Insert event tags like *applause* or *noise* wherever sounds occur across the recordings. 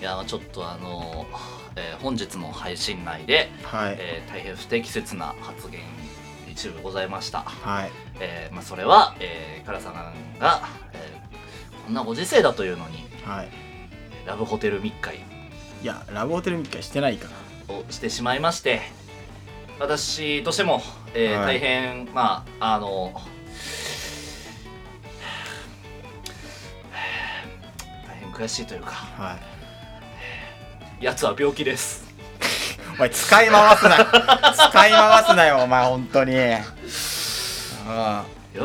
いやちょっとあのえー本日の配信内で、はい、えー大変不適切な発言一部ございました、はいえーまあ、それは、えー、カラさんが、えーこんなご時世だというのにはいラブホテル密会いやラブホテル密会してないからをしてしまいまして私としても、えーはい大変まああの *sighs* 大変悔しいというかはいやつは病気ですお前使い回す *laughs* な使い回すなよお前本当にうんよ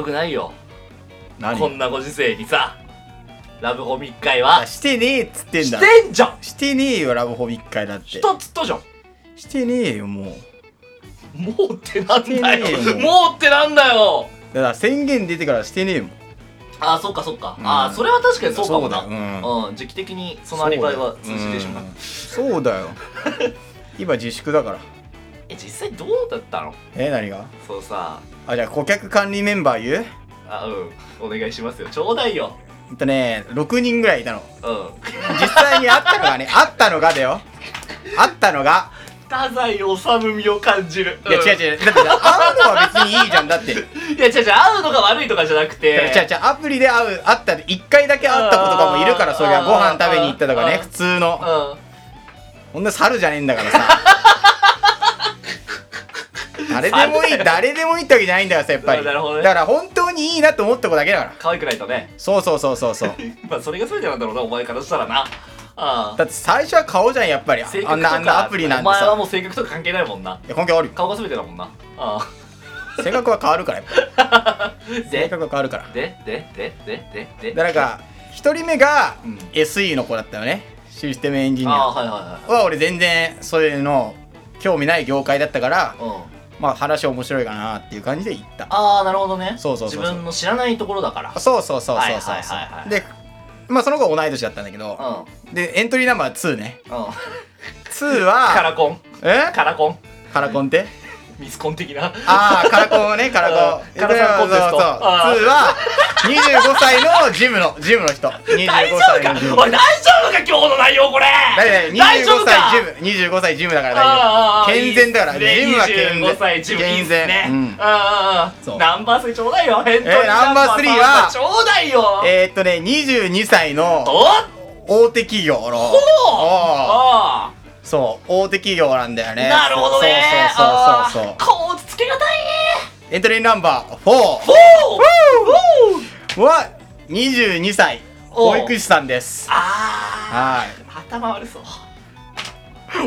くないよ何こんなご時世にさラブホ密会あはしてねえっつってんしだてんじゃんしてねえよラブホ密会だって一つとじゃんしてねえよもうもうってなんだよしてねえよもうってなんだよだから宣言出てからしてねえもんああそっかそっか、うんああそれは確かにそうかもなそううだよん、時期的にそのアリバイは通じてしまううんそうだ *laughs* よ今自粛だからえ実際どうだったのえ何がそうさあじゃあ顧客管理メンバー言うあうんお願いしますよちょうだいよえっとね6人ぐらいいたのうん実際にあったの *laughs* がねあったのがだよあったのが太宰治みを感じるいや違うう違うだって会うのは別にいいじゃんだってんいや違う違う会うのが悪いとかじゃなくて違う違うアプリで会う会った一回だけ会った子とかもいるからあーそりゃご飯食べに行ったとかあねー普通のうんほんな猿じゃねえんだか *laughs* らさ誰でもいい誰でもいいってわけじゃないんだからさやっぱりなだるほどねから本当にいいなと思った子だけだから可愛くないとねそうそうそうそ *laughs* うそうまあそれが全てなんだろうなお前からしたらなあだって最初は顔じゃんやっぱりあ性あ格とんなあんなかアプリなんおて前はさもう性格とか関係ないもんないや関係あるよ顔が全てだもんなあ性格は変わるからやっぱりで *laughs* 性で格は変わるからででででででだからか1人目がうん SE の子だったよねシステムエンジニああアはいはいは俺全然そういうの興味ない業界だったからはいうんまあ話面白いかなっていう感じで行ったああなるほどねそうそうそうそう自分の知らないところだからそうそうそうはそいうそはういはいはいでまあその子同い年だったんだけどうんでエントリーナンバー2ねうん2 *laughs* カはラコンえカラコンカラコンってミスコン的なああカラコンねカラコンうんカラさんコンテストそうそうそう2あー *laughs* は25歳のジムのジムの人25大丈夫歳のジムかおい大丈夫か今日の内容これだいたい大丈夫25か歳ジム25歳ジムだから大あーあーあー丈夫健全だからいいっすねジムは健全25歳ジムいいっ健す全ねあうんーあーそあーうナンバー3ちょうだいよ返答えナンバースリーはちょうだいよえーっとね22歳のおっ大手企業のおーああそう大手企業なんだよねなるほどねそうそうそうそうあーこうつけがたいエントリーナンバー4おおは22歳お保育士さんですあはいあ頭悪そう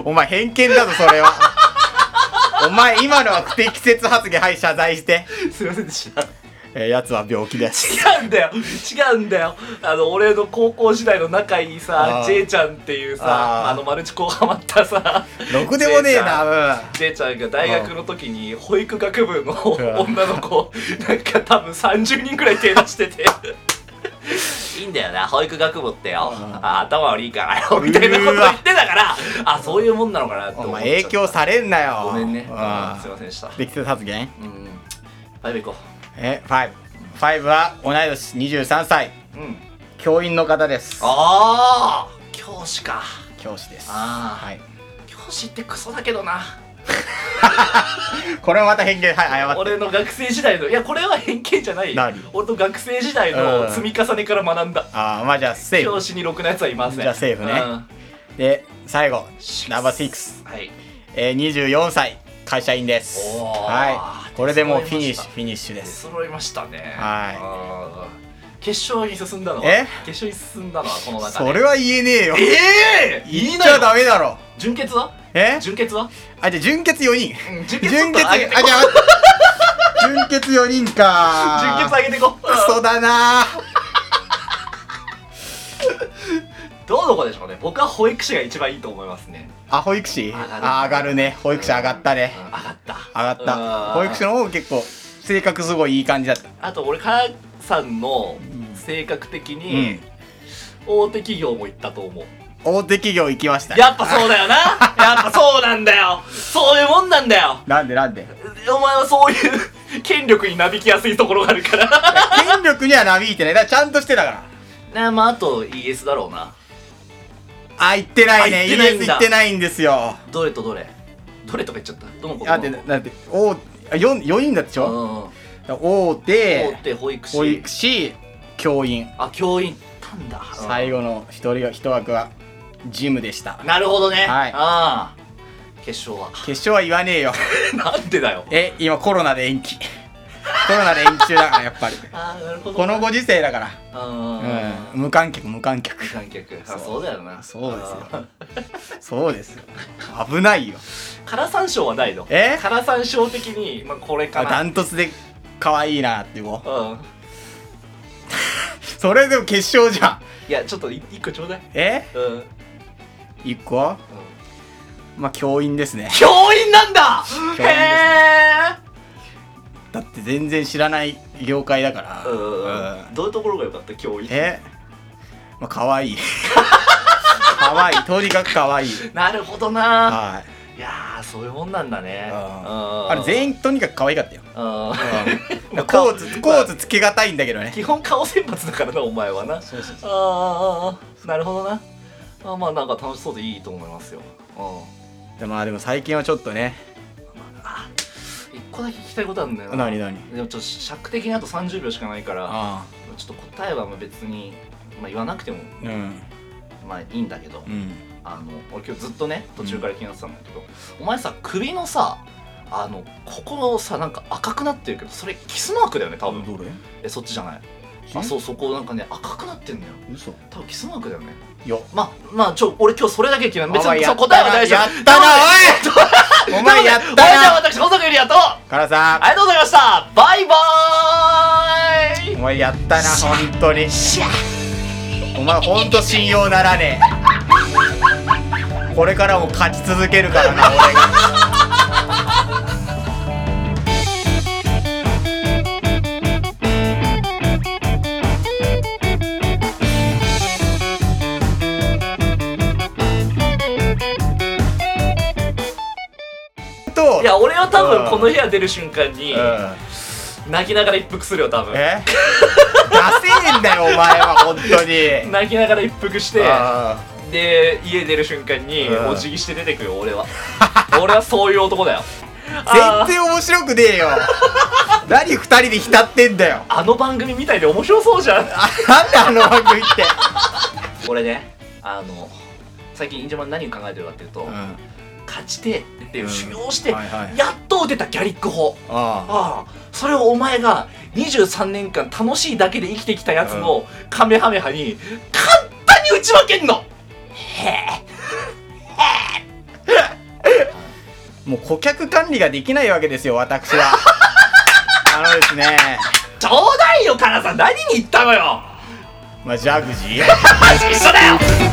お前偏見だぞ *laughs* それはお前今のは不適切発言はい謝罪して、すいませんでしたえー、やつは病気です違うんだよ違うんだよあの俺の高校時代の仲いいさあー J ちゃんっていうさああーのマルチコハマったさろくでもねえ J ちゃんなうん J ちゃんが大学の時に保育学部のん女の子なんか多分30人くらい手出してていいんだよな保育学部ってよあ頭悪いからよみたいなこと言ってたからあそういうもんなのかなってお思っ前ちゃった影響されんなよごめんねうんすいうんませんでした不適切発言うんバイバイ行こえ5ファイブは同い年23歳ううん教員の方ですああ教師か教師ですあーはい教師ってクソだけどなこれはまた偏見はい謝って俺の学生時代のいやこれは偏見じゃないよ何俺の学生時代のうん積み重ねから学んだああまあじゃあセー教フ師にろくなやつはいませんじゃあセーフねうんで最後シックスナンバー6、はいえー、24歳会社員ですおーはいこれでもう出フ揃ィいニましッたシュフィニッシュです揃いましたねはいい決勝に進んだのはえ決勝に進んだのはこの中でそれは言えねえよええー、言言いっなちゃよダメだろ純潔はえ純潔はあじゃあ純潔4人うん純潔ちょ純っ潔とあ上じげてこゃあ待って純潔4人か純潔上げてこクソだなどうの子でしょうね僕は保育士が一番いいと思いますねあ保育士上がるあ上がるね保育士上がったねうん上がった上がっうたん保育士の方結構性格すごいいい感じだったあと俺母さんの性格的うにん大手企業も行ったと思う、大手企業行きましたやっぱそうだよなやっぱそうなんだよそういうもんなんだよなんでなんでお前はそういう権力になびきやすいところがあるから *laughs* 権力にはなびいてないだからちゃんとしてだからなまああと ES だろうなあ行ってないねあ行ってないん ES だ行ってないんですよどれとどれどれとか言っちゃったどの子だってだってお四四人だってでしうんょ大大手手保育士保育士教員あ教員行ったんだ最後の一人が一枠はジムでしたなるほどね、はいああ決勝は決勝は言わねえよ *laughs* なんでだよえ今コロナで延期コロナで延期中だからやっぱりああなるほどこのご時世だから、うんうん、無観客無観客無観客そそううそうだよなそうですあよそうですよ危ないよー唐三章はないのえ唐三章的に、まあ、これかダなントツで可愛いなってもううんそれでも決勝じゃんいやちょっとい一個ちょうだいえうん、うん、一個まあ教員ですね教員なんだ員ですへだって全然知らない業界だからえ、うんううんん、どういうところが良かった教員えまあ可愛い可愛いとにかく可愛いなるほどなはいいやーそういうもんなんだねうんあれ全員とにかく可愛かったようんうんコーツコーツつけがたいんだけどね基本顔選抜だからなお前はなそうそうそあーあーあーなるほどなあーまあなんか楽しそうでいいと思いますようんうでまあでも最近はちょっとねあ一個だけ聞きたいことあるんだよな何何でもちょっと尺的にあと30秒しかないからあちょっと答えはまあ別に、まあ、言わなくてもあうんまあいいんだけど、うんあの俺今日ずっとね途中から気になってたんだけど、お前さ首のさあのここのさなんか赤くなってるけどそれキスマークだよね多分、どれえそっちじゃないえあそうそこなんかね赤くなってんだよ嘘多分キスマークだよねよまあまあちょ俺今日それだけ気になる別お前にやそっうたな答えは大丈夫やったなおいお前やったな私小坂ゆりやとあからさりがとうございましたバイバーイお前やったな本当にお前本当信用ならねえこれからも勝ち続けるから *laughs* な俺がといや俺は多うん分この部屋出る瞬間にうん泣きながら一服するよ多分 *laughs* えダセえんだよお前は本当に泣きながら一服してあで家出る瞬間にうんお辞儀して出てくよ俺は *laughs* 俺はそういう男だよーあー全然面白くね *laughs* えよ何二人で浸ってんだよあの番組みたいで面白そうじゃん *laughs* あなんであの番組って、俺ねあの最近インジョマン何を考えてるかっていうと、あ勝ちてえっていう修行して、うんはいはいやっと出たギャリック法あああそれをお前が23年間楽しいだけで生きてきたやつのカメハメハに簡単に打ち分けんのへもう顧客管理ができないわけですよ *laughs* 私はあのですねえちょうだいよカナさん何に言ったのよまあジャグジーマジ一緒だよ